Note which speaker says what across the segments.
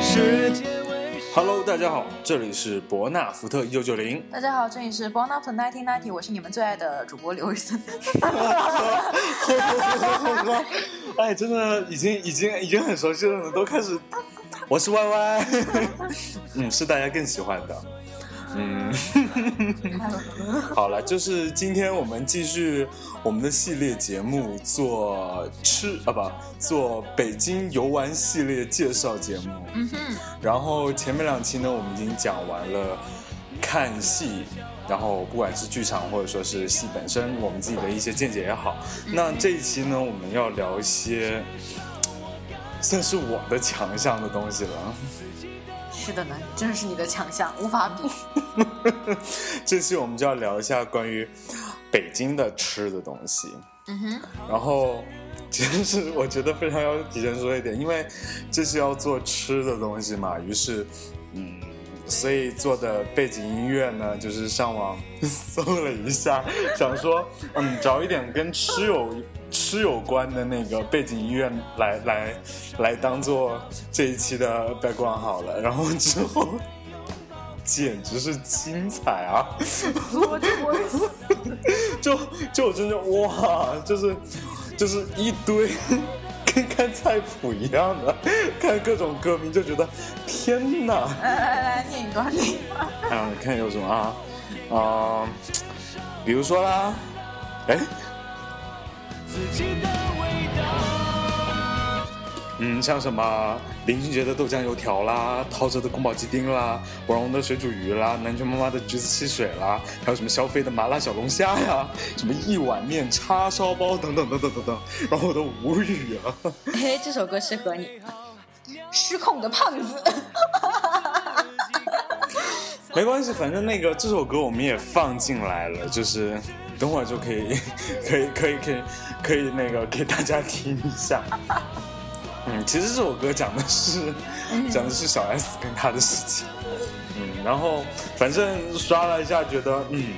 Speaker 1: 世界为 Hello，大家好，这里是伯纳福特一九九零。
Speaker 2: 大家好，这里是 Born Up Nineteen Ninety，我是你们最爱的主播刘雨森。
Speaker 1: 哎，真的已经已经已经很熟悉了，都开始。我是 Y Y，嗯，是大家更喜欢的。嗯， 好了，就是今天我们继续我们的系列节目，做吃啊不做北京游玩系列介绍节目。
Speaker 2: 嗯哼，
Speaker 1: 然后前面两期呢，我们已经讲完了看戏，然后不管是剧场或者说是戏本身，我们自己的一些见解也好。那这一期呢，我们要聊一些算是我的强项的东西了。
Speaker 2: 是的呢，真是你的强项，无法比。
Speaker 1: 这期我们就要聊一下关于北京的吃的东西。
Speaker 2: 嗯哼，
Speaker 1: 然后，其实是我觉得非常要提前说一点，因为这是要做吃的东西嘛，于是，嗯，所以做的背景音乐呢，就是上网搜了一下， 想说，嗯，找一点跟吃有吃有关的那个背景音乐来来来当做这一期的 background 好了，然后之后。 简直是精彩啊！
Speaker 2: 我 我
Speaker 1: 就就我真的哇，就是就是一堆 跟看菜谱一样的，看各种歌名就觉得天哪！
Speaker 2: 来来来，念一段，念一段。
Speaker 1: 啊，看有什么啊？啊、比如说啦，哎，
Speaker 3: 自己的味道。
Speaker 1: 嗯，像什么林俊杰的豆浆油条啦，陶喆的宫保鸡丁啦，王蓉的水煮鱼啦，南拳妈妈的橘子汽水啦，还有什么肖飞的麻辣小龙虾呀，什么一碗面叉烧包等等等等等等，然后我都无语了、
Speaker 2: 嘿，这首歌适合你。失控的胖子，
Speaker 1: 没关系，反正那个这首歌我们也放进来了，就是等会儿就可以，可以，可以，可以，可以那个给大家听一下。嗯，其实这首歌讲的是，讲的是小 S 跟他的事情。嗯，然后反正刷了一下，觉得嗯，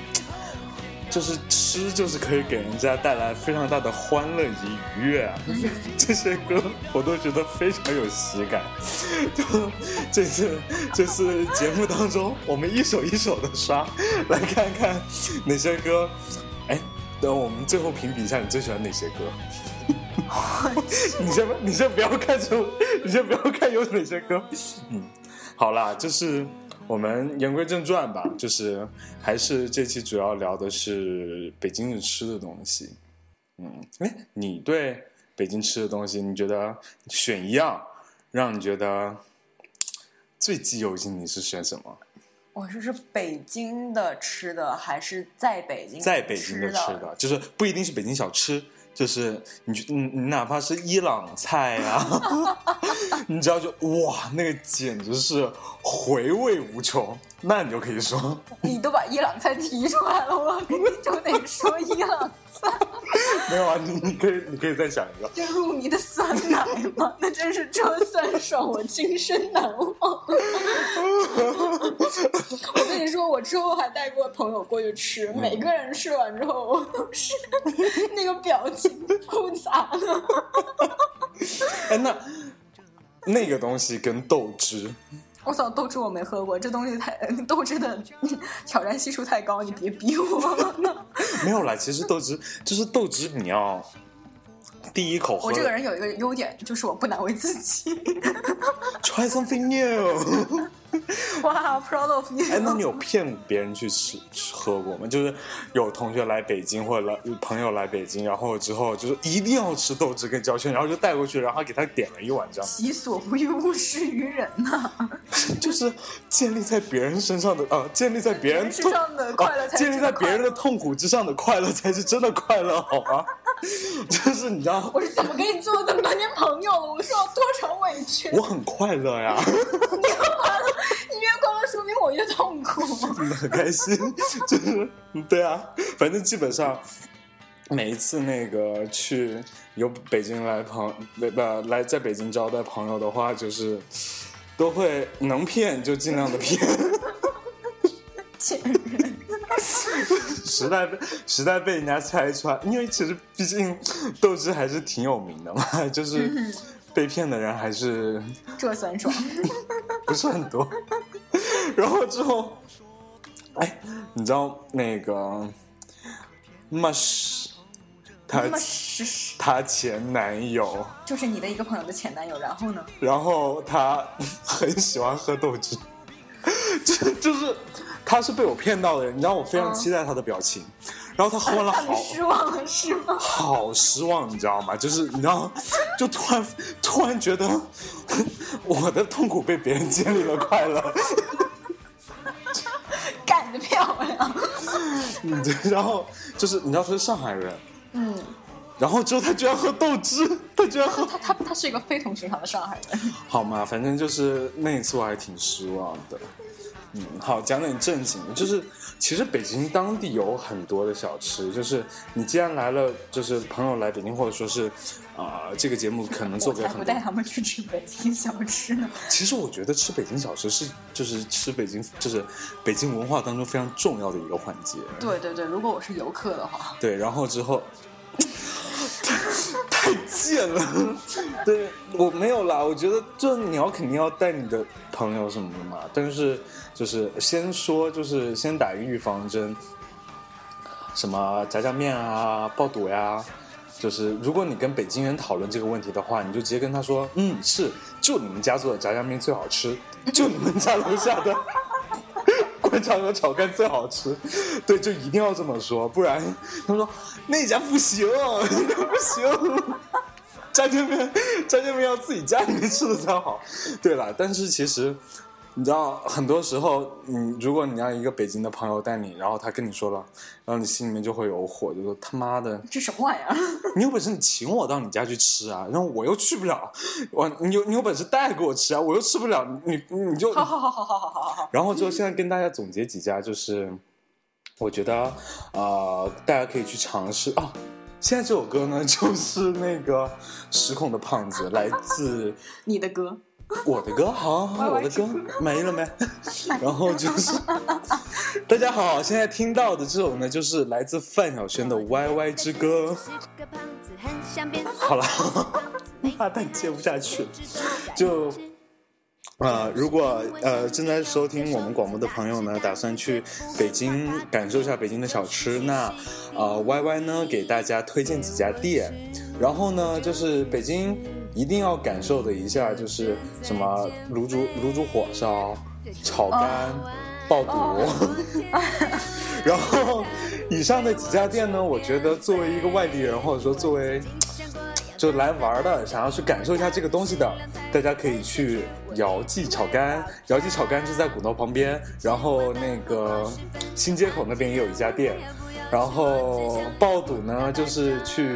Speaker 1: 就是吃就是可以给人家带来非常大的欢乐与愉悦啊。这些歌我都觉得非常有喜感。就这次这次节目当中，我们一首一首的刷，来看看哪些歌。哎，等我们最后评比一下，你最喜欢哪些歌？你先不你先不要看出，你先不要看有哪些歌。嗯，好啦，就是我们言归正传吧，就是还是这期主要聊的是北京的吃的东西。嗯，哎，你对北京吃的东西，你觉得选一样，让你觉得最记犹新，你是选什么？
Speaker 2: 我说是北京的吃的，还是在北京
Speaker 1: 在北京的吃
Speaker 2: 的？
Speaker 1: 的，就是不一定是北京小吃，就是你去你你哪怕是伊朗菜啊， 你知道就哇，那个简直是回味无穷，那你就可以说，
Speaker 2: 你都把伊朗菜提出来了，我肯定就得说伊朗菜，
Speaker 1: 没有啊，你你可以你可以再想一个，
Speaker 2: 这入迷的酸奶吗？ 那真是这酸爽， 我今生难忘。我跟你说，我之后还带过朋友过去吃，每个人吃完之后， 我都是那个表情复杂的。
Speaker 1: 哎，那那个东西跟豆汁，
Speaker 2: 我操，豆汁我没喝过，这东西太豆汁的嗯挑战系数太高，你别逼我。
Speaker 1: 没有啦，其实豆汁就是豆汁，你要第一口喝
Speaker 2: 我这个人有一个优点，就是我不难为自己。
Speaker 1: try something new。
Speaker 2: 哇，proud of
Speaker 1: 哎，那你
Speaker 2: you。
Speaker 1: 有骗别人去吃吃喝过吗？就是有同学来北京或者来呃朋友来北京，然后之后就是一定要吃豆汁跟胶圈，然后就带过去，然后给他点了一碗这样，
Speaker 2: 己所不欲，勿施于人呐、
Speaker 1: 就是建立在别人身上的啊，建立在别人
Speaker 2: 人身
Speaker 1: 痛
Speaker 2: 上的快乐才
Speaker 1: 啊，
Speaker 2: 是
Speaker 1: 建立
Speaker 2: 真
Speaker 1: 在
Speaker 2: 的
Speaker 1: 别
Speaker 2: 快
Speaker 1: 人
Speaker 2: 乐。
Speaker 1: 的痛苦之上的快乐才是真的快乐，好吗？ 就是你知道，
Speaker 2: 我是怎么跟你做了这么多年朋友了？我受了多少委屈？
Speaker 1: 我很快乐呀，
Speaker 2: 你越快乐，说明我越痛苦。
Speaker 1: 很开心， 就是对啊，反正基本上每一次那个去有北京来朋不不来在北京招待朋友的话，就是都会能骗就尽量的骗。
Speaker 2: 贱人，
Speaker 1: 时代被时代被人家拆穿，因为其实毕竟豆汁还是挺有名的嘛，就是被骗的人还是
Speaker 2: 这酸爽。
Speaker 1: 不是很多。然后之后，哎，你知道那个 Mush，她
Speaker 3: 那么实实
Speaker 1: 她前男友，
Speaker 3: 就是你的一个朋友的前男友，然后呢？
Speaker 1: 然后他很喜欢喝豆汁，就就是他是被我骗到的人，你知道我非常
Speaker 3: 嗯
Speaker 1: 期待他的表情，然后他喝了
Speaker 3: 让你
Speaker 1: 好
Speaker 3: 失望了是吗？
Speaker 1: 好失望，你知道吗？就是你知道，就突然突然觉得 我的痛苦被别人经历了快乐，
Speaker 3: 干得漂亮！
Speaker 1: 嗯对 然后就是你知道他是上海人，
Speaker 3: 嗯，
Speaker 1: 然后之后他居然喝豆汁，他居然喝，
Speaker 3: 他他他是一个非同寻常的上海人。
Speaker 1: 好嘛，反正就是那一次我还挺失望的。嗯，好，讲点正经的，就是其实北京当地有很多的小吃，就是你既然来了，就是朋友来北京，或者说是啊、这个节目可能做
Speaker 3: 我
Speaker 1: 给
Speaker 3: 才
Speaker 1: 很
Speaker 3: 不
Speaker 1: 多
Speaker 3: 带他们去吃北京小吃呢。
Speaker 1: 其实我觉得吃北京小吃是就是吃北京就是北京文化当中非常重要的一个环节。
Speaker 3: 对对对，如果我是游客的话，
Speaker 1: 对，然后之后太贱了。对，我没有啦。我觉得就你要肯定要带你的朋友什么的嘛，但是就是先说就是先打一个预防针，什么炸酱面啊、爆肚呀、就是如果你跟北京人讨论这个问题的话，你就直接跟他说，嗯，是就你们家做的炸酱面最好吃，就你们家楼下的 灌肠和炒肝最好吃，对，就一定要这么说，不然 他说那家不行，不行。 炸酱面，炸酱面要自己家里面吃的才好。对了，但是其实你知道，很多时候，你如果你让一个北京的朋友带你，然后他跟你说了，然后你心里面就会有火，就说他妈的，
Speaker 3: 这什么玩意儿？
Speaker 1: 你有本事你请我到你家去吃啊，然后我又去不了，我你有你有本事带给我吃啊，我又吃不了，你你你 就
Speaker 3: 好好好好好好好好好。
Speaker 1: 然后之后现在跟大家总结几家，就是我觉得呃，大家可以去尝试啊。现在这首歌呢， 就是那个失控的胖子，来自
Speaker 3: 你的歌，
Speaker 1: 我的歌，好，好好我的歌没了没。 然后就是大家好，现在听到的这首呢，就是来自范晓萱的《Y Y 之歌》。好了， 怕但接不下去了。就呃，如果呃正在收听我们广播的朋友呢，打算去北京感受一下北京的小吃，那呃 Y Y 呢给大家推荐几家店，然后呢就是北京一定要感受的一下就是什么卤煮卤煮火烧、炒肝、爆肚。 然后，以上的几家店呢，我觉得作为一个外地人，或者说作为就来玩的，想要去感受一下这个东西的，大家可以去姚记炒肝。姚记炒肝就在鼓楼旁边，然后那个新街口那边也有一家店。然后爆肚呢，就是去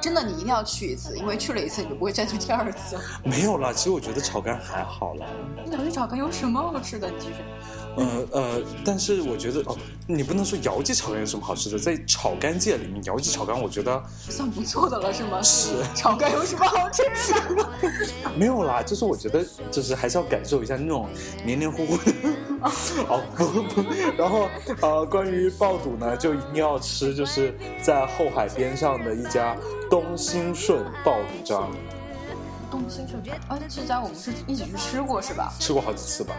Speaker 3: 真的你一定要去一次，因为去了一次你就不会再去第二次了。
Speaker 1: 没有啦。其实我觉得炒肝还好啦，
Speaker 3: 你去找个有什么好吃的？你就是
Speaker 1: 呃呃，但是我觉得哦，你不能说姚记炒肝有什么好吃的，在炒肝界里面，姚记炒肝我觉得
Speaker 3: 算不错的了是吗？
Speaker 1: 是
Speaker 3: 炒肝有什么好吃的？
Speaker 1: 没有啦，就是我觉得就是还是要感受一下那种黏黏糊糊的。 哦不不，然后呃，关于爆肚呢，就一定要吃，就是在后海边上的一家东兴顺爆肚张，
Speaker 3: 东兴顺啊，这家我们是一起去吃过是吧？
Speaker 1: 吃过好几次吧。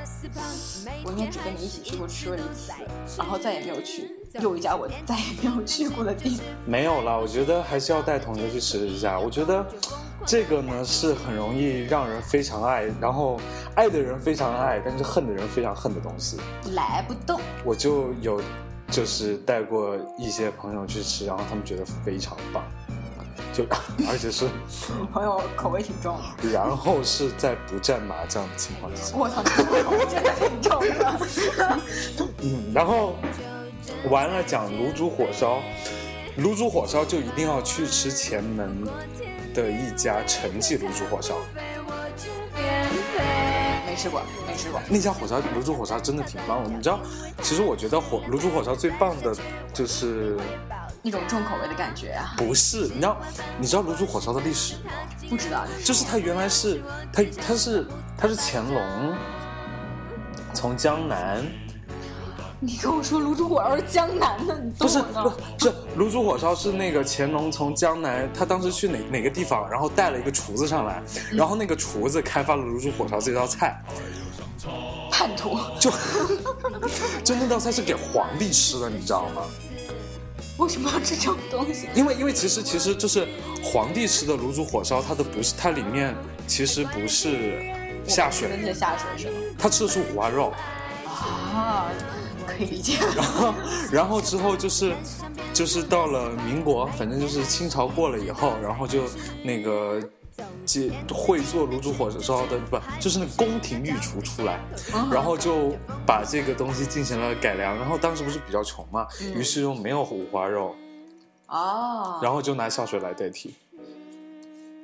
Speaker 3: 我应该只跟你一起去过吃了一次， 然后再也没有去又一家我再也没有去过的地。
Speaker 1: 没有啦，我觉得还是要带同学去吃一啊下。我觉得这个呢是很容易让人非常爱，然后爱的人非常爱，但是恨的人非常恨的东西。
Speaker 3: 来不动，
Speaker 1: 我就有就是带过一些朋友去吃，然后他们觉得非常棒，就而且是
Speaker 3: 你朋友口味挺重的。
Speaker 1: 然后是在不蘸麻酱的情况之下，
Speaker 3: 我操，你朋友真的挺重 的。
Speaker 1: 嗯，然后完了讲卤煮火烧，卤煮火烧就一定要去吃前门的一家陈记卤煮火烧，
Speaker 3: 没吃过，没吃过。
Speaker 1: 那家火烧卤煮火烧真的挺棒的。你知道，其实我觉得火卤煮火烧最棒的就是
Speaker 3: 一种重口味的感觉啊！
Speaker 1: 不是你知道你知道卤煮火烧的历史吗？
Speaker 3: 不知道，
Speaker 1: 就是他原来是他他是他是乾隆从江南，
Speaker 3: 你跟我说卤煮火烧是江南啊的，你
Speaker 1: 不
Speaker 3: 懂
Speaker 1: 是
Speaker 3: 我
Speaker 1: 不
Speaker 3: 呢？
Speaker 1: 是卤煮火烧是那个乾隆从江南，他当时去哪哪个地方，然后带了一个厨子上来，然后那个厨子开发了卤煮火烧这道菜，
Speaker 2: 叛徒。
Speaker 1: 就 就那道菜是给皇帝吃的，你知道吗？
Speaker 2: 为什么要吃这种东 西？
Speaker 1: 因为因为其实其实就是皇帝吃的卤煮火烧，它的不是它里面其实不是下
Speaker 2: 我们吃那
Speaker 1: 水，
Speaker 2: 些下水是吗？
Speaker 1: 它吃的是五花肉。
Speaker 2: 啊，可以理 解。
Speaker 1: 然后之后就是，就是到了民国，反正就是清朝过了以后，然后就那个。解会做卤煮火烧的不就是那个宫廷御厨出来，然后就把这个东西进行了改良，然后当时不是比较穷嘛，于是就没有五花肉，
Speaker 2: 哦，
Speaker 1: 然后就拿下水来代替。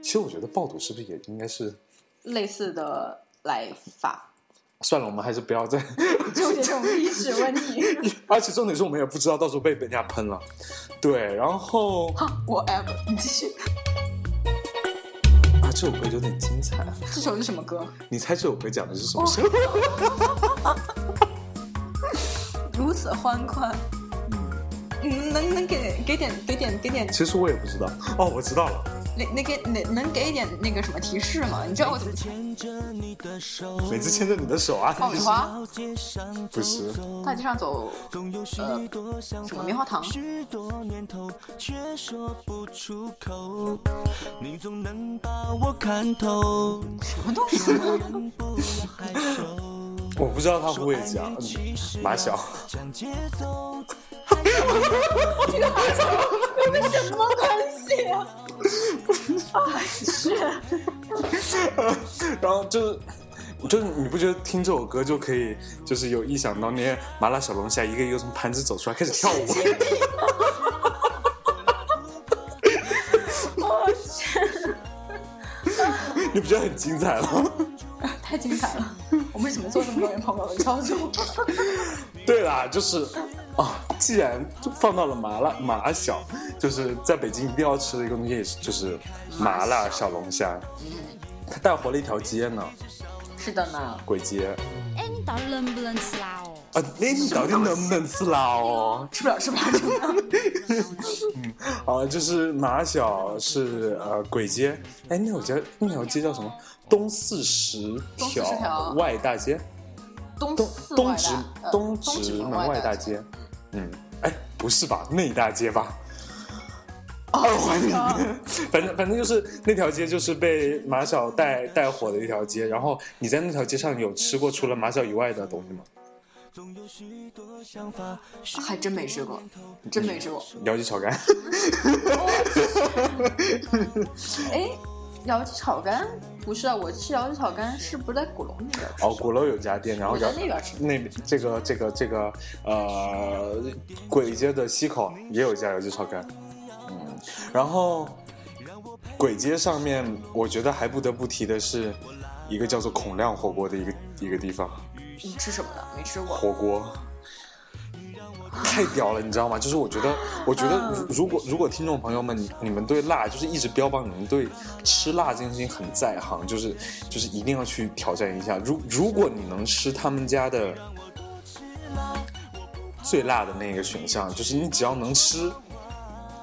Speaker 1: 其实我觉得爆肚是不是也应该是？
Speaker 2: 类似的来法，
Speaker 1: 算了，我们还是不要再。
Speaker 2: 就是这种历史问 题。
Speaker 1: 而且重点是我们也不知道，到时候被人家喷了。对，然后
Speaker 2: 好，whatever，你哎继续。
Speaker 1: 啊，这首歌有点精彩。
Speaker 2: 这首是什么歌？
Speaker 1: 你猜这首歌讲的是什么事？
Speaker 2: 如此欢快。嗯，能能给给点给点给点
Speaker 1: 其实我也不知道。哦，我知道了，
Speaker 2: 那那给能能给一点那个什么提示吗？你知道我怎么
Speaker 4: 牵着你的手，
Speaker 1: 每次牵着你的手啊，
Speaker 2: 爆米花？
Speaker 4: 到街上
Speaker 1: 不是
Speaker 2: 大街上走，
Speaker 4: 嗯总
Speaker 2: 呃
Speaker 4: 有许多想
Speaker 2: 什
Speaker 4: 法
Speaker 2: 么，棉花糖？
Speaker 4: 许多念头却说不出口，你总能把我看透，
Speaker 2: 什么 东西？
Speaker 4: 人不要害羞。
Speaker 1: 我不知道他会不会讲。嗯马小，
Speaker 4: 讲节奏，
Speaker 2: 什么关系啊？ 啊，是
Speaker 1: 然后就是。就是你不觉得听这首歌就可以，就是有一想到那些麻辣小龙虾一个一个从盘子走出来开始跳舞，
Speaker 2: 我去，
Speaker 1: 你不觉得很精彩吗？
Speaker 2: 太精彩了！我们怎么做这么多人朋友的操作？
Speaker 1: 对啦，就是啊，既然就放到了麻辣麻小，就是在北京一定要吃的一个东西，就是麻辣小龙虾。它带活了一条街呢，
Speaker 2: 是的呢，
Speaker 1: 鬼街
Speaker 3: 哎，你到底能不能吃辣哦？
Speaker 1: 啊！那你到底能不能吃辣哦？
Speaker 2: 吃不了吃不了吃不了。
Speaker 1: 啊，就是麻小是呃鬼街，哎，那条街那条街叫什么？东四十
Speaker 2: 东四十条
Speaker 1: 条外大街，
Speaker 2: 东
Speaker 1: 东
Speaker 2: 四外
Speaker 1: 东
Speaker 2: 大
Speaker 1: 直
Speaker 2: 呃
Speaker 1: 东
Speaker 2: 东
Speaker 1: 直
Speaker 2: 门
Speaker 1: 门外大
Speaker 2: 大。
Speaker 1: 街，嗯，哎，不是吧？内大街吧？二环里面， 反正反正就是那条街就是被马小带带火的一条街。然后你在那条街上有吃过除了马小以外的东西吗？
Speaker 4: 总有许多想法，许
Speaker 2: 还真没吃过，
Speaker 1: 嗯
Speaker 2: 真没吃过。
Speaker 1: 辽记炒肝，
Speaker 2: 哎，辽记炒肝不是啊，我吃辽记炒肝是不是在鼓楼那边？
Speaker 1: 哦，鼓楼有家店，然后
Speaker 2: 我在
Speaker 1: 叫
Speaker 2: 那边吃。
Speaker 1: 那边这个这个这个呃，鬼街的西口也有一家有机炒肝，嗯，然后鬼街上面，我觉得还不得不提的是一个叫做孔亮火锅的一个一个地方，
Speaker 2: 你吃什么的？没吃过。
Speaker 1: 火锅太屌了，你知道吗？就是我觉得，我觉得如如果如果听众朋友们，你你们对辣就是一直标榜你们对吃辣这件事情很在行，就是就是一定要去挑战一下。如如果你能吃他们家的最辣的那个选项，就是你只要能吃，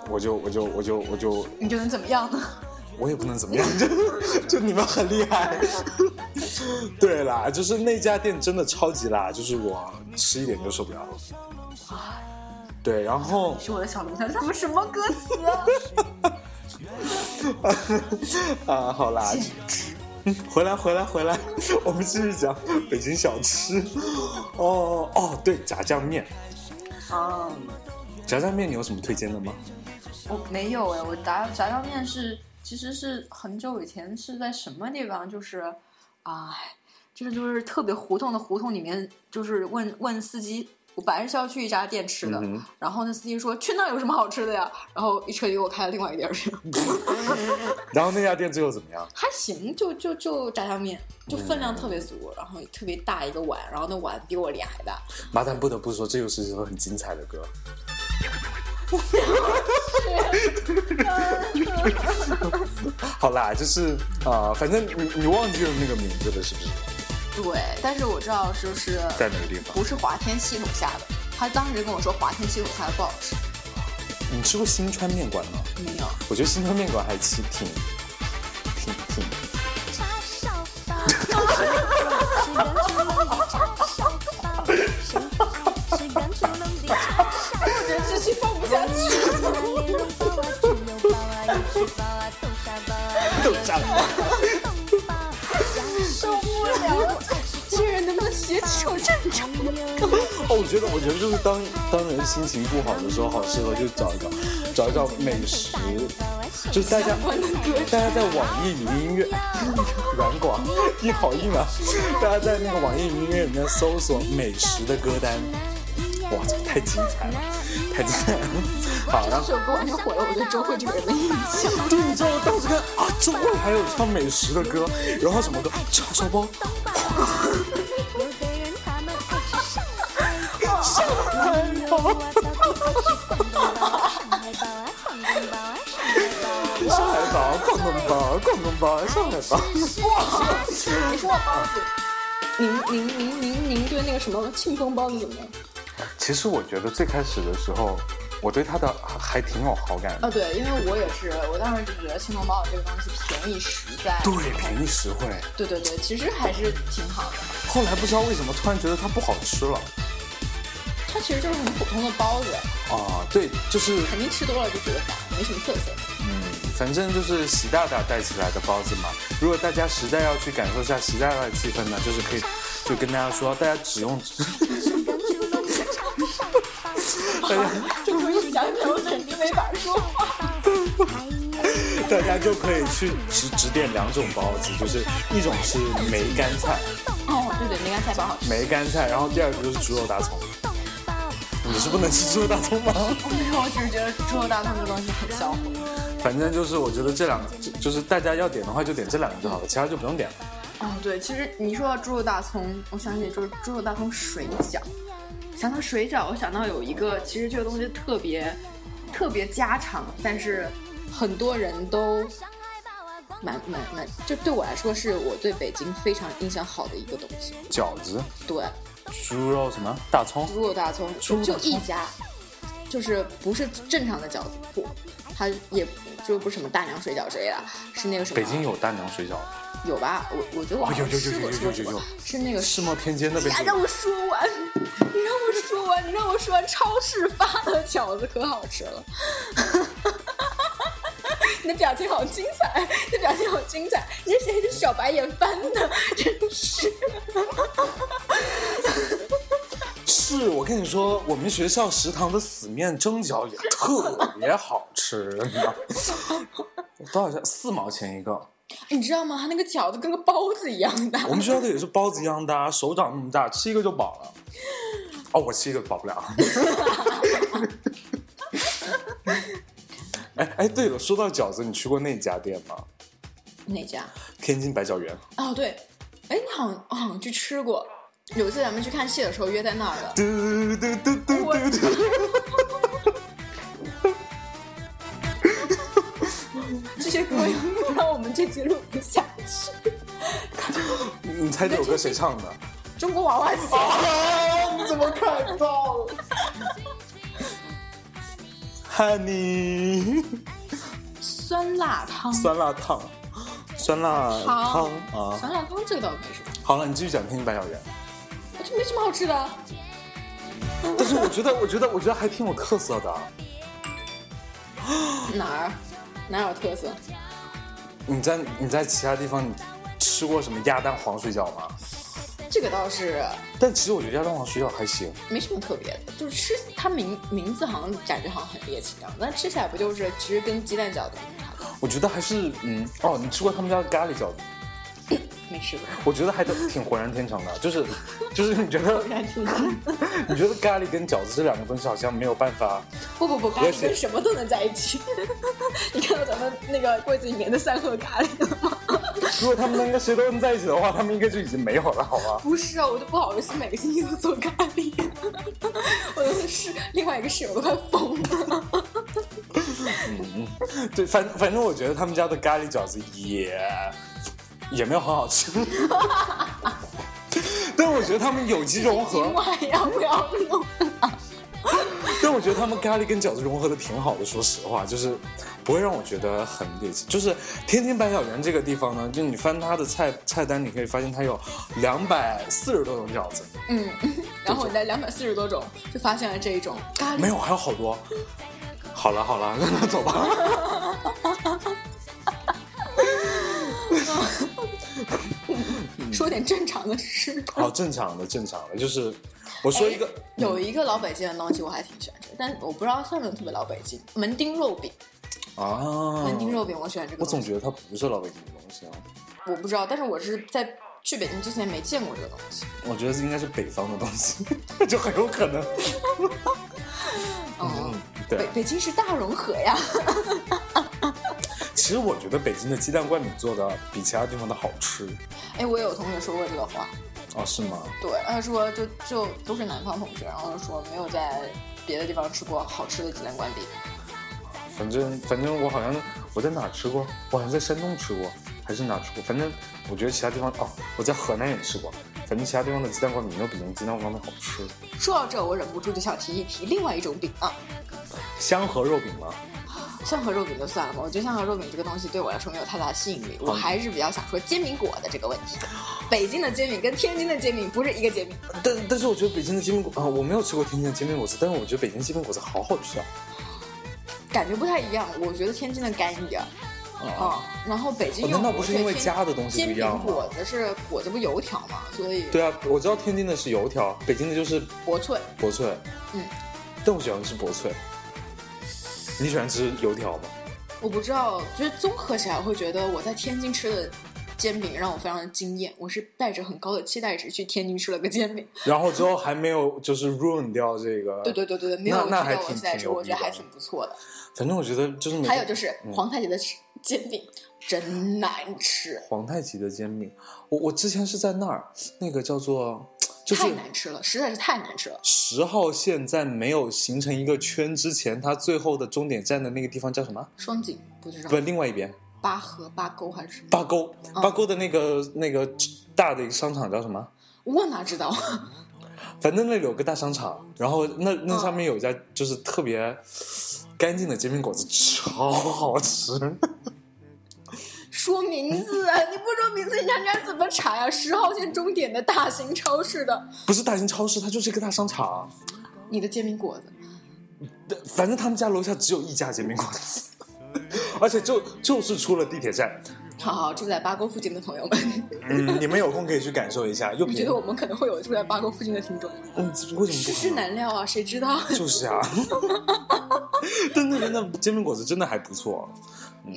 Speaker 1: 我就我就我就我就
Speaker 2: 你就能怎么样呢？
Speaker 1: 我也不能怎么样， 就就你们很厉害。对啦，就是那家店真的超级辣，就是我吃一点就受不了了。对，然后
Speaker 2: 是我的小龙虾，他们什么歌词啊？
Speaker 1: 啊，好啦，嗯，回来回来回来，我们继续讲北京小吃。哦哦，对，炸酱面，
Speaker 2: 啊，
Speaker 1: 炸酱面你有什么推荐的吗？
Speaker 2: 我没有哎，我炸炸酱面是其实是很久以前是在什么地方，就是，哎，这个就是特别胡同的胡同里面，就是问问司机。我本来是要去一家店吃的，
Speaker 1: 嗯哼
Speaker 2: 然后那司机说去那儿有什么好吃的呀？然后一车就给我开了另外一个地儿 去，
Speaker 1: 然后那家店最后怎么样？
Speaker 2: 还行，就就就炸酱面，就分量特别足，
Speaker 1: 嗯
Speaker 2: 然后特别大一个碗，然后那碗比我脸还大，
Speaker 1: 麻蛋不得不说，这又是一首很精彩的歌。好啦，就是啊、呃反正你你忘记了那个名字了，是不是？
Speaker 2: 对，但是我知道就是
Speaker 1: 在哪个地方？
Speaker 2: 不是华天系统下的，他当时跟我说华天系统下的不好吃，
Speaker 1: 你吃过新川面馆吗？
Speaker 2: 没有。
Speaker 1: 我觉得新川面馆还挺挺挺挺
Speaker 3: 叉烧饭，吃的是蚂蚁叉烧下去。
Speaker 1: 都炸了。
Speaker 3: 受不了了，这人能不能写几首正常？
Speaker 1: 哦，我觉得，我觉得就是当当人心情不好的时候，好适合就找一找，找一找美食，就大家大家在网易云音乐、 软广一好硬啊， 大家在那个网易云音乐里面搜索美食的歌单，哇，这太精彩了，太精彩了。好，然后
Speaker 3: 这首歌我就毁了我对周慧这个人的印象。
Speaker 1: 对，你知道我当时看啊，周慧还有唱美食的歌，然后什么歌，叉烧包，哦上海包，广东包，广东包，上海包。
Speaker 2: 你说到包子，您您您您您对那个什么庆丰包子怎么样？
Speaker 1: 其实我觉得最开始的时候，我对他的还还挺有好感的。
Speaker 3: 啊，对，因为我也是，我当时就觉得青龙包子这个东西便宜实在，
Speaker 1: 对，便宜实惠。
Speaker 3: 对对对，其实还是挺好的。
Speaker 1: 后来不知道为什么突然觉得它不好吃了
Speaker 3: 它其实就是很普通的包子，
Speaker 1: 啊！对，就是
Speaker 2: 肯定吃多了就觉得烦，没什么特色。
Speaker 1: 嗯，反正就是习大大带起来的包子嘛。如果大家实在要去感受一下习大大的气氛呢，就是可以就跟大家说，大家只用大家
Speaker 2: 就可以想想，我简直没法说。
Speaker 1: 大家就可以去指指点两种包子，就是一种是梅干菜，
Speaker 3: 哦，对对，梅干菜包好吃。
Speaker 1: 梅干菜，然后第二个就是猪肉大葱。 你是不能吃猪肉大葱吗？
Speaker 3: 没有，我只是觉得猪肉大葱这东西很销魂。
Speaker 1: 反正就是我觉得这两个，就就是大家要点的话就点这两个就好了，其他就不用点了。
Speaker 3: 哦，对，其实你说到猪肉大葱，我想起就是猪肉大葱水饺。想到水饺，我想到有一个，其实这个东西特别特别家常，但是很多人都蛮蛮蛮，就对我来说是我对北京非常印象好的一个东西。
Speaker 1: 饺子、
Speaker 3: 对，
Speaker 1: 猪肉什么大葱，
Speaker 3: 猪肉大葱
Speaker 1: 猪肉大
Speaker 3: 就
Speaker 1: 葱
Speaker 3: 一家，就是不是正常的饺子铺，它也就不是什么大娘水饺之类的，是那个什么
Speaker 1: 北京有大娘水饺，
Speaker 3: 有吧？我我觉得我好像
Speaker 1: 有有有
Speaker 3: 吃过
Speaker 1: 有有
Speaker 3: 吃过
Speaker 1: 有
Speaker 3: 吃
Speaker 1: 有
Speaker 3: 过
Speaker 1: 有，
Speaker 3: 是那个
Speaker 1: 世贸天阶那边
Speaker 2: 啊，让我说完，你让我说完，你让我说完。超市发的饺子可好吃了， 你的表情好精彩，你的表情好精彩，你这谁是小白眼翻的？真是，
Speaker 1: 是我跟你说，我们学校食堂的死面蒸饺也特别好吃，你知道吗？ 多少钱？四毛钱一个。
Speaker 2: 哎你知道吗？它那个饺子跟个包子一样大。
Speaker 1: 我们学校的也是包子一样大，手掌那么大，吃一个就饱了。哦，我吃一个饱不了。 哎哎，对了，说到饺子，你去过那家店吗？
Speaker 3: 哪家？
Speaker 1: 天津白饺园。
Speaker 3: 哦，对，哎，你好
Speaker 2: 哦
Speaker 3: 像我好像去吃过，有一次咱们去看戏的时候约在那儿的。
Speaker 1: 嘟嘟嘟嘟嘟嘟。
Speaker 2: 这些歌又让我们这集录不下去。
Speaker 1: 你猜这首歌谁唱的？
Speaker 2: 中国娃娃机，
Speaker 1: 啊！你怎么看到了？Honey，
Speaker 3: 酸辣汤，
Speaker 1: 酸辣烫，酸辣汤啊！
Speaker 3: 酸辣汤这个倒没什么，
Speaker 1: 好了，你继续讲天津白小圆。
Speaker 2: 这没什么好吃的。啊
Speaker 1: 但是我觉得，我觉得，我觉得还挺有特色的。啊
Speaker 3: 哪儿哪有特色？
Speaker 1: 你在你在其他地方你吃过什么鸭蛋黄水饺吗？
Speaker 3: 这个倒是
Speaker 1: 但其实我觉得鸭蛋黄水饺还行。
Speaker 3: 没什么特别的，就是吃它名名字好像感觉好像很猎奇一样，但吃起来不就是其实跟鸡蛋饺子没啥的，
Speaker 1: 我觉得还是嗯哦，你吃过他们家的咖喱饺子？
Speaker 3: 没 吃过。
Speaker 1: 我觉得还挺浑然天成的，就是就是你觉得 你觉得咖喱跟饺子这两个东西好像没有办法。
Speaker 2: 不不不，咖
Speaker 1: 而
Speaker 2: 喱
Speaker 1: 且
Speaker 2: 跟什么都能在一起。 你看到咱们那个柜子里面的三盒咖喱 了吗？
Speaker 1: 如果他们两个谁都能在一起的话，他们应该就已经没有了，好吗？
Speaker 2: 不是啊，我都不好意思每个星期都做咖 喱，我都是另外一个室友都快疯了。
Speaker 1: 对，反反正我觉得他们家的咖喱饺子也也没有很好吃， 但我觉得他们有机融合
Speaker 2: 今，晚要不要录？
Speaker 1: 但我觉得他们咖喱跟饺子融合的挺好的，说实话，就是不会让我觉得很猎奇。就是天津白小园这个地方呢，就你翻它的菜菜单，你可以发现它有两百四十多种饺子，
Speaker 2: 然后我在两百四十多种就发现了这一种咖喱，
Speaker 1: 没有还有好多，好了好了，那那走吧。
Speaker 2: 说点正常的事。
Speaker 1: 哦，正常的正常的，就是我
Speaker 2: 哎
Speaker 1: 说一个，
Speaker 2: 有一个老北京的东西我还挺喜欢吃，但我不知道算不算特别老北京。门钉肉饼，
Speaker 1: 啊，
Speaker 2: 门钉肉饼我喜欢这个
Speaker 1: 我总
Speaker 2: 东西，
Speaker 1: 觉得它不是老北京的东西啊，
Speaker 2: 我不知道，但是我是在去北京之前没见过这个东西。
Speaker 1: 我觉得这应该是北方的东西， 就很有可能。
Speaker 2: 哦，
Speaker 1: 嗯
Speaker 2: 北
Speaker 1: 对，
Speaker 2: 北京是大融合呀，
Speaker 1: 其实我觉得北京的鸡蛋灌饼做的比其他地方的好吃。
Speaker 2: 哎，我也有同学说过这个话，
Speaker 1: 哦，是吗？
Speaker 2: 对，他说就就都是南方同学，然后说没有在别的地方吃过好吃的鸡蛋灌饼。
Speaker 1: 反正反正我好像我在哪吃过，我好像在山东吃过，还是哪吃过？反正我觉得其他地方哦，我在河南也吃过。反正其他地方的鸡蛋灌饼没有北京鸡蛋灌饼好吃。
Speaker 2: 说到这，我忍不住就想提一提另外一种饼啊，
Speaker 1: 香河肉饼吗？
Speaker 2: 香河肉饼就算了吧，我觉得香河肉饼这个东西对我来说没有太大吸引
Speaker 1: 哦
Speaker 2: 力，我还是比较想说煎饼果的这个问题。北京的煎饼跟天津的煎饼不是一个煎饼，
Speaker 1: 但但是我觉得北京的煎饼果啊、我没有吃过天津的煎饼果子，但是我觉得北京煎饼果子好好吃啊。
Speaker 2: 感觉不太一样。我觉得天津的干一点儿，嗯，然后北京
Speaker 1: 哦
Speaker 2: 又
Speaker 1: 难道不是因为加的东西不
Speaker 2: 煎
Speaker 1: 一
Speaker 2: 饼
Speaker 1: 样吗
Speaker 2: 果子是果子不油条嘛，所以
Speaker 1: 对啊，我知道天津的是油条，北京的就是
Speaker 2: 薄脆。
Speaker 1: 薄脆。
Speaker 2: 嗯，
Speaker 1: 但我喜欢吃薄脆。你喜欢吃油条 吗？
Speaker 2: 我不知道，就是综合起来，我会觉得我在天津吃的煎饼让我非常的惊艳。我是带着很高的期待值去天津吃了个煎饼，
Speaker 1: 然后之后还没有就是 ruin 掉这个。
Speaker 2: 对对对对对，没有
Speaker 1: 呃那那还
Speaker 2: 去到我的
Speaker 1: 挺
Speaker 2: 期待
Speaker 1: 挺
Speaker 2: 值，
Speaker 1: 牛
Speaker 2: 我觉得
Speaker 1: 逼的啊
Speaker 2: 还挺不错的。
Speaker 1: 反正我觉得就是每个嗯
Speaker 2: 还有就是皇太极的煎饼真难吃，
Speaker 1: 皇太极的煎饼，我我之前是在那儿，那个叫做就是
Speaker 2: 太难吃了，实在是太难吃了。
Speaker 1: 十号线在没有形成一个圈之前，它最后的终点站的那个地方叫什么？
Speaker 2: 双井不知道
Speaker 1: 不，另外一边
Speaker 2: 八河八沟还是什么？
Speaker 1: 八沟，
Speaker 2: 嗯
Speaker 1: 八沟的那个、那个大的一个商场叫什么？
Speaker 2: 我哪知道？
Speaker 1: 反正那里有个大商场，然后那那
Speaker 2: 嗯
Speaker 1: 上面有一家就是特别干净的煎饼果子，超好吃。
Speaker 2: 说名字啊，你不说名字，人家人家怎么查呀？十号线终点的大型超市的，
Speaker 1: 不是大型超市，它就是一个大商场。
Speaker 2: 你的煎饼果子，
Speaker 1: 反正他们家楼下只有一家煎饼果子， 而且就就是出了地铁站。
Speaker 2: 好好住在八沟附近的朋友们，
Speaker 1: 嗯，你们有空可以去感受一下，又
Speaker 2: 你觉
Speaker 1: 便宜
Speaker 2: 得。我们可能会有住在八沟附近的听众吗？
Speaker 1: 嗯，为什么
Speaker 2: 世
Speaker 1: 不
Speaker 2: 事
Speaker 1: 可能？
Speaker 2: 难料啊，谁 知道？
Speaker 1: 就是啊。但那边的煎饼果子真的还不错。
Speaker 2: 嗯，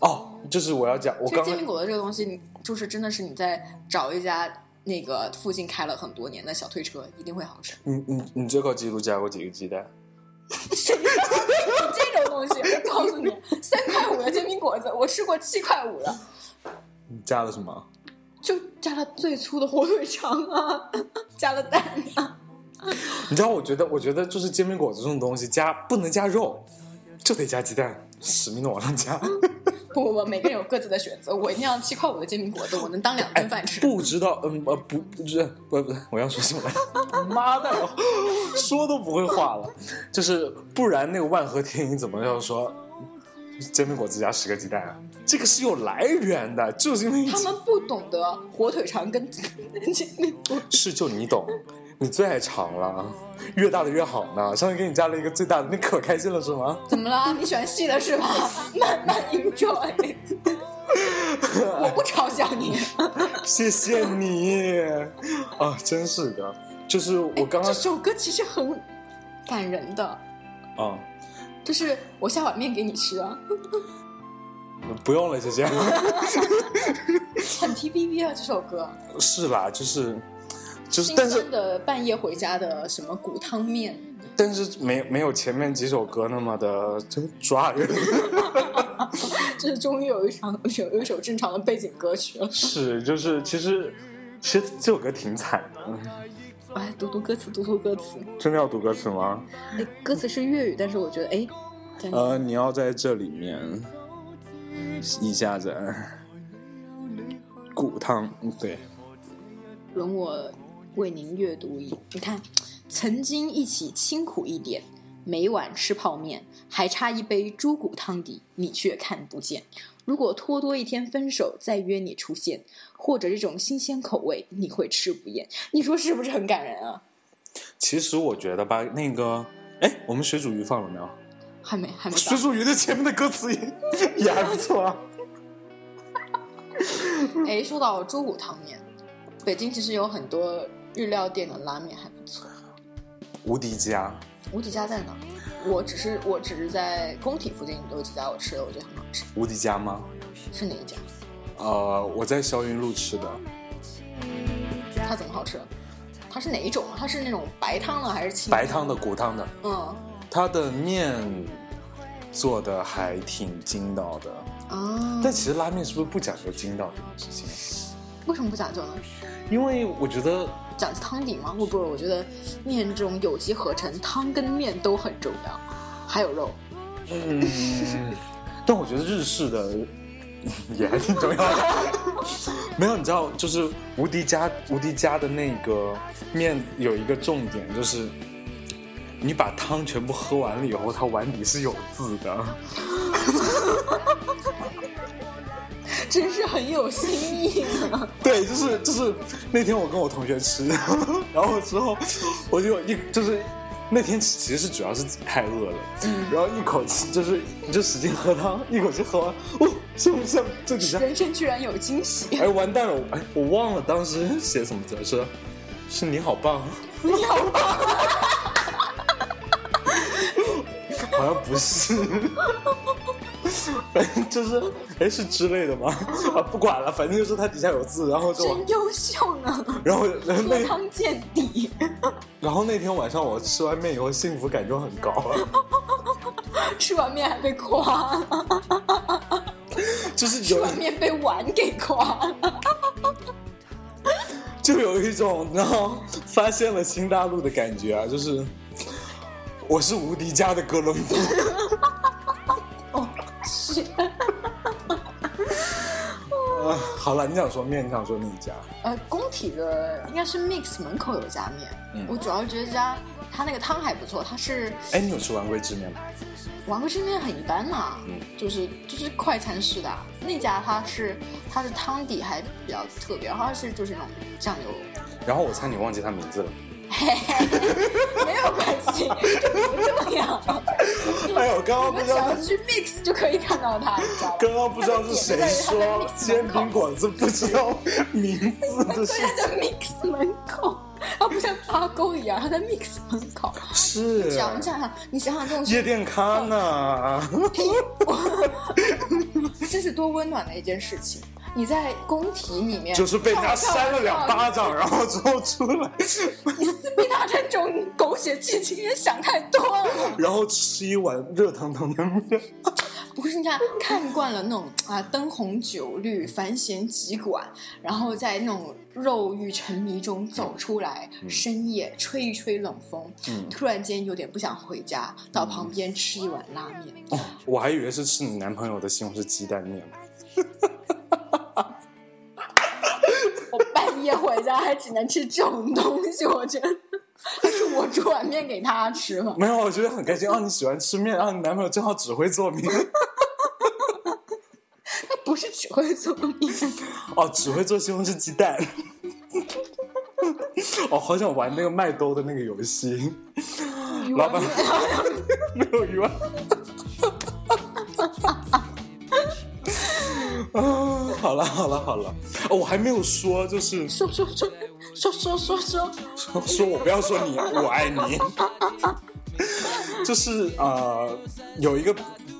Speaker 1: 哦，就是我要讲，我
Speaker 2: 其实
Speaker 1: 刚
Speaker 2: 煎
Speaker 1: 刚
Speaker 2: 饼果子这个东西，你就是真的是你在找一家那个附近开了很多年的小推车，一定会好吃。
Speaker 1: 你你你最高纪录加过几个鸡蛋？
Speaker 2: 谁知道有这种东西？我告诉你，三块五的煎饼果子，我吃过七块五的，
Speaker 1: 你加了什么？
Speaker 2: 就加了最粗的火腿肠啊， 加了蛋啊，
Speaker 1: 你知道，我觉得，我觉得就是煎饼果子这种东西加不能加肉，就得加鸡蛋，使命的往上
Speaker 2: 嗯
Speaker 1: 加。
Speaker 2: 不不不，每个人有各自的选择，我一定要七块五的煎饼果子，我能当两顿饭吃。
Speaker 1: 哎不知道，嗯，呃，不，不是，不不，我要说什么来？ 妈的，我说都不会话了，就是不然那个万和天一怎么要说煎饼果子加十个鸡蛋啊？这个是有来源的，就是因为
Speaker 2: 他们不懂得火腿肠跟煎饼果子，
Speaker 1: 是就你懂，你最爱尝了，越大的越好呢。上次给你加了一个最大的，你可开心了是吗？
Speaker 2: 怎么了？你喜欢细的 是吧？慢慢 enjoy，我不嘲笑你。
Speaker 1: 谢谢你，啊，真是的，哎就是我刚刚
Speaker 2: 这首歌其实很感人的，
Speaker 1: 啊、
Speaker 2: 就是我下碗面给你吃啊，
Speaker 1: 不用了，姐姐，
Speaker 2: 很 T V B 啊这首歌。
Speaker 1: 是吧？就是就是，
Speaker 2: 新
Speaker 1: 但是
Speaker 2: 鲜的半夜回家的什么骨汤面，
Speaker 1: 但是没没有前面几首歌那么的真抓人，
Speaker 2: 就是终于有一场 有有一首正常的背景歌曲了。
Speaker 1: 是就是其实其实这首歌挺惨的，
Speaker 2: 哎，读读歌词，读读歌词。
Speaker 1: 真的要读歌词吗？
Speaker 2: 哎，歌词是粤语，但是我觉得哎，感觉
Speaker 1: 呃，你要在这里面一下子骨汤，嗯对，
Speaker 2: 容我为您阅读一，你看，曾经一起清苦一点，每晚吃泡面，还差一杯猪骨汤底，你却看不见。如果拖多一天分手，再约你出现，或者这种新鲜口味，你会吃不厌。你说是不是很感人啊？
Speaker 1: 其实我觉得吧，那个哎，我们水煮鱼放了没有？
Speaker 2: 还没还没到
Speaker 1: 水。煮鱼的前面的歌词也也 还不错啊。
Speaker 2: 哎，说到猪骨汤面，北京其实有很多日料店的拉面还不错。
Speaker 1: 无敌家，
Speaker 2: 无极家在哪？我只是我只是在工体附近有几家我吃的，我觉得很好吃。
Speaker 1: 无敌家吗？
Speaker 2: 是哪一家？
Speaker 1: 呃，我在霄云路吃的，
Speaker 2: 它怎么好吃？它是哪一种啊？它是那种白汤的还是清
Speaker 1: 白汤的、骨汤的，
Speaker 2: 嗯
Speaker 1: 它的面做的还挺筋道的。
Speaker 2: 啊，
Speaker 1: 但其实拉面是不是不讲究筋道这件事情？
Speaker 2: 为什么不讲究呢？
Speaker 1: 因为我觉得
Speaker 2: 讲究汤底吗？不不，我觉得面这种有机合成，汤跟面都很重要，还有肉。
Speaker 1: 嗯， 但我觉得日式的也还挺重要 的。没有，你知道，就是无敌家无敌家的那个面有一个重点，就是你把汤全部喝完了以后，它碗底是有字的。
Speaker 2: 真是很有新意呢。
Speaker 1: 对，就是就是那天我跟我同学吃， 然后之后我就一就是那天其实是主要是自己太饿了，然后一口气就是你就使劲喝汤，一口气喝完，哦，是不是这底下
Speaker 2: 人生居然有惊 喜！
Speaker 1: 哎，完蛋了！我哎，我忘了当时写什么字，是是你好棒，
Speaker 2: 你好棒，
Speaker 1: 好像不是， 反正就是哎是之类的吗？ 啊，不管了，反正就是它底下有字，然后就
Speaker 2: 真优秀呢！
Speaker 1: 然后然后
Speaker 2: 喝
Speaker 1: 那
Speaker 2: 汤见底，
Speaker 1: 然后那天晚上我吃完面以后幸福感就很高了，
Speaker 2: 吃完面还被夸，
Speaker 1: 就是
Speaker 2: 吃
Speaker 1: 有
Speaker 2: 完面被碗给夸。
Speaker 1: 就有一种然后发现了新大陆的感觉啊，就是我是无敌家的哥伦布。
Speaker 2: 是
Speaker 1: 啊 好了，你想说面，你想说你家，
Speaker 2: 呃，工体的应该是 Mix 门口有一家面，
Speaker 1: 嗯
Speaker 2: 我主要觉得这家它那个汤还不错，它是
Speaker 1: 哎，你有吃完桂枝面吗？
Speaker 2: 王桂枝面很一般嘛、
Speaker 1: 嗯
Speaker 2: 就是就是快餐式的啊那家，它是它的汤底还比较特别，然后它是就是那种酱油
Speaker 1: 然后我猜你忘记他名字了。
Speaker 2: 没有关系， 这不重 要。
Speaker 1: 哎呦，刚刚
Speaker 2: 我
Speaker 1: 不
Speaker 2: 们
Speaker 1: 知
Speaker 2: 只
Speaker 1: 道
Speaker 2: 要，去 mix 就可以看到它，你知道吗？
Speaker 1: 刚刚不知道是谁说煎饼果子不知道名字的事
Speaker 2: 对，它在 mix 门口，它不像八沟一样，它在 mix 门口。
Speaker 1: 情，是
Speaker 2: 想想想，你想想这种
Speaker 1: 夜店咖呢？
Speaker 2: 这是多温暖的一件事情。你在工体里面，
Speaker 1: 就是被他扇了两巴
Speaker 2: 跳
Speaker 1: 掌，然后之后出来，
Speaker 2: 跳跳。你撕逼他这种狗血剧情也想太多了。
Speaker 1: 然后吃一碗热腾腾的面。
Speaker 2: 不是，你看看惯了那种啊灯红酒绿、繁弦急管，然后在那种肉欲沉迷中走出来，深夜吹一吹冷风，
Speaker 1: 嗯
Speaker 2: 突然间有点不想回家，到旁边吃一碗拉面。
Speaker 1: 哦，我还以为是吃你男朋友的西红柿鸡蛋面。
Speaker 2: 我半夜回家还只能吃这种东西，我觉得。还是我煮碗面给他吃吧。
Speaker 1: 没有，我觉得很开心。啊，你喜欢吃面，啊，你男朋友正好只会做面，
Speaker 2: 不是只会做面，
Speaker 1: 哦，只会做西红柿鸡蛋。 哦，好想玩那个麦兜的那个游戏。老板， 没有鱼丸。 啊，好了好了好了，哦，我还没有说，就是
Speaker 2: 说说说说说说说，
Speaker 1: 说我不要说你，我爱你，就是呃，有一个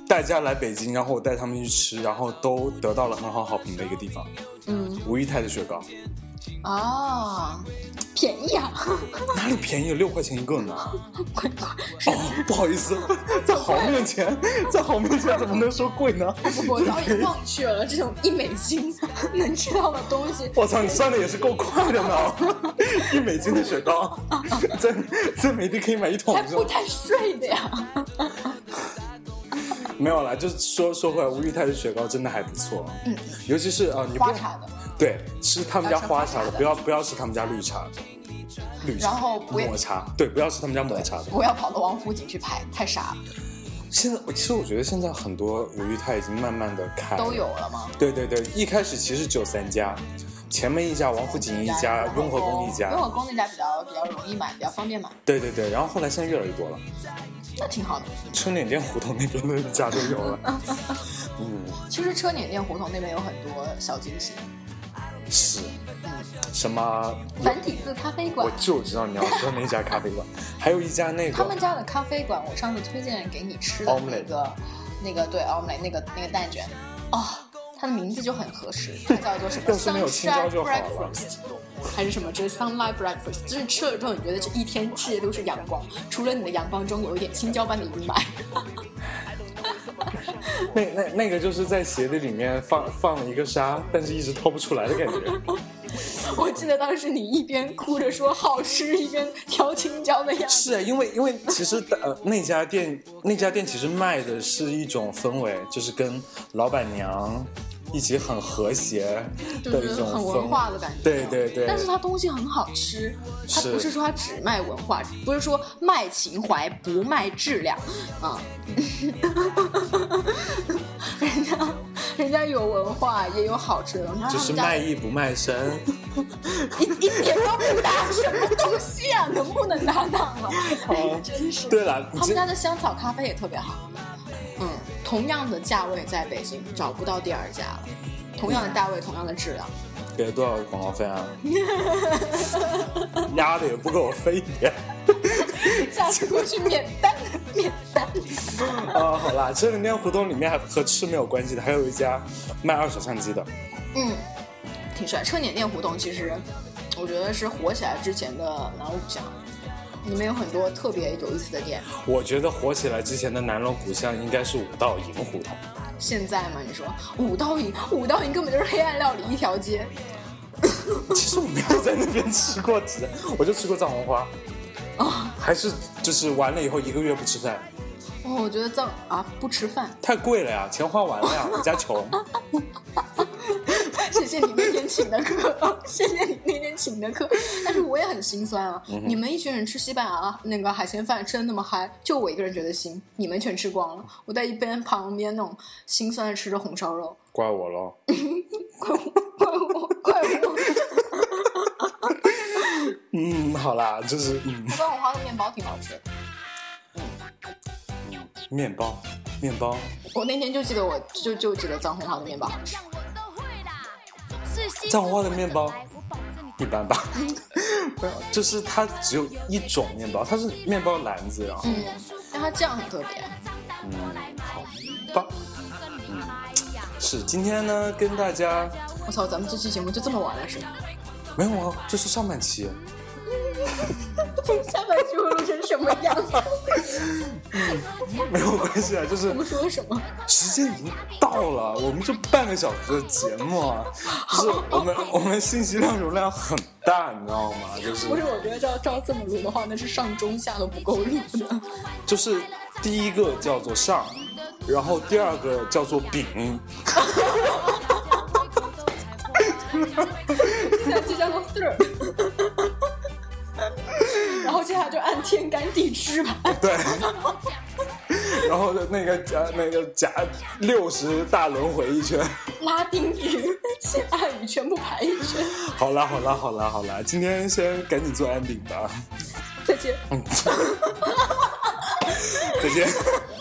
Speaker 1: 大家来北京，然后我带他们去吃，然后都得到了很好好评的一个地方，
Speaker 2: 嗯
Speaker 1: 吴裕泰的雪糕，
Speaker 2: 啊，便宜啊，
Speaker 1: 哪里便宜了六块钱一个呢？
Speaker 2: 快快！
Speaker 1: 哦，不好意思，在好面前， 在好面前怎么能说贵呢？
Speaker 2: 我早已忘却了这种一美金能吃到的东西。
Speaker 1: 我操，你算的也是够快的呢！一美金的雪糕， 在在美的可以买一桶
Speaker 2: 哦还
Speaker 1: 是
Speaker 2: 不
Speaker 1: 吗？
Speaker 2: 太睡的呀，
Speaker 1: 没有啦，就是说说回来，吴裕泰的雪糕真的还不错，嗯，尤其是啊、呃，你不
Speaker 2: 花
Speaker 1: 要
Speaker 2: 茶的，
Speaker 1: 对吃他们家花茶的，
Speaker 2: 要吃花茶的
Speaker 1: 不要不要吃他们家绿茶，绿茶，
Speaker 2: 然后不要
Speaker 1: 抹茶，对，不要吃他们家抹茶的。
Speaker 2: 不要跑到王府井去拍，太傻了。
Speaker 1: 现在其实我觉得现在很多吴裕泰已经慢慢的开了
Speaker 2: 都有了吗？
Speaker 1: 对对对，一开始其实只有三家，前面一家王府井一家，雍和宫一家
Speaker 2: 哦雍，和宫那家比较比较容易买，比较方便买。
Speaker 1: 对对对，然后后来现在越来越多了。
Speaker 2: 那挺好的。
Speaker 1: 春点店胡同那边的家都有 了。嗯，
Speaker 2: 其实车碾店胡同那边有很多小惊喜，
Speaker 1: 是，什么？
Speaker 2: 繁体字咖啡
Speaker 1: 我
Speaker 2: 馆，
Speaker 1: 就知道你要说那家咖啡馆，还有一家那
Speaker 2: 他们
Speaker 1: 个
Speaker 2: 家的咖啡馆，我上次推荐给你吃的那个，那个对 omelette 那个那个蛋卷，哦，它的名字就很合适，它叫做什 么
Speaker 1: 要是没有青椒
Speaker 2: Sunshine
Speaker 1: 就好了
Speaker 2: Breakfast，还是什么？这是 Sunlight Breakfast，就是吃了之后你觉得这一天世界都是阳光，除了你的阳光中有一点青椒般的阴霾。
Speaker 1: 那那那个就是在鞋子里面放放了一个沙，但是一直掏不出来的感觉。
Speaker 2: 我记得当时你一边哭着说好吃，一边挑青椒的样子。
Speaker 1: 是啊因为因为其实呃那家店那家店其实卖的是一种氛围，就是跟老板娘一起很和谐的
Speaker 2: 就
Speaker 1: 一
Speaker 2: 是
Speaker 1: 种
Speaker 2: 很
Speaker 1: 氛
Speaker 2: 文化的感觉
Speaker 1: 对对对，
Speaker 2: 但是它东西很好吃，它
Speaker 1: 是
Speaker 2: 不是说它只卖文化，不是说卖情怀不卖质量 啊。人家人家有文化，也有好吃的东西，然后
Speaker 1: 就
Speaker 2: 他
Speaker 1: 是
Speaker 2: 们家
Speaker 1: 卖
Speaker 2: 一
Speaker 1: 艺不卖 身。
Speaker 2: 一点都不搭，什么东西啊？能不能搭档 了？
Speaker 1: 哦
Speaker 2: 真是。
Speaker 1: 对了，
Speaker 2: 他们
Speaker 1: 这
Speaker 2: 家的香草咖啡也特别好，嗯，同样的价位在北京找不到第二家了，同样的
Speaker 1: 嗯
Speaker 2: 价位，同样的质量。
Speaker 1: 给了多少广告费 啊？压的也不给我分一点。
Speaker 2: 下次过去免单，免单。
Speaker 1: 啊，好啦，这两天胡同里面还和吃没有关系的，还有一家卖二手相机的，
Speaker 2: 嗯，挺帅。车碾店胡同其实，我觉得是火起来之前的南锣鼓巷，里面有很多特别有意思的店。
Speaker 1: 我觉得火起来之前的南锣鼓巷应该是五道营胡同。
Speaker 2: 现在嘛，你说五道营，五道营根本就是黑暗料理一条街。
Speaker 1: 其实我没有在那边吃过，只 我就吃过藏红花。啊，还是就是完了以后一个月不吃饭，
Speaker 2: 哦，我觉得藏啊不吃饭，
Speaker 1: 太贵了呀，钱花完了呀，我家穷。
Speaker 2: 谢谢你那天请的客， 谢谢你那天请的客。但是我也很心酸啊，你们一群人吃西班牙、那个海鲜饭吃的那么嗨，就我一个人觉得腥，你们全吃光了，我在一边旁边那种心酸的吃着红烧肉。
Speaker 1: 怪我喽，
Speaker 2: 怪我，怪我！
Speaker 1: 嗯，好啦，就是嗯，
Speaker 2: 酸红花的面包挺好吃。
Speaker 1: 面包，面包，
Speaker 2: 我那天就记得我，就就记得藏红花的面包好吃。
Speaker 1: 藏红花的面包一般吧，不要，就是它只有一种面包，它是面包篮子，然后
Speaker 2: 嗯，但它酱很特别。
Speaker 1: 嗯，好吧，嗯，是今天呢跟大家
Speaker 2: 我操，咱们这期节目就这么完了是吗？
Speaker 1: 没有啊，这是上半期，
Speaker 2: 下半期会录成什么 样？
Speaker 1: 没有关系啊，就是
Speaker 2: 我们说什么？
Speaker 1: 时间已经到了，我们这半个小时的节目啊，就是我们我们信息量容量很大，你知道吗？就是
Speaker 2: 不是，我觉得照照这么录的话，那是上中下都不够录的。
Speaker 1: 就是第一个叫做上，然后第二个叫做饼，
Speaker 2: 现在就叫做 third。然后接下来就按天干地支吧。
Speaker 1: 对。 然后那个夹那个夹六十大轮回一圈，
Speaker 2: 拉丁语、希腊语全部排一圈。
Speaker 1: 好啦好啦好啦好啦，今天先赶紧做安饼吧，
Speaker 2: 再见。
Speaker 1: 再见。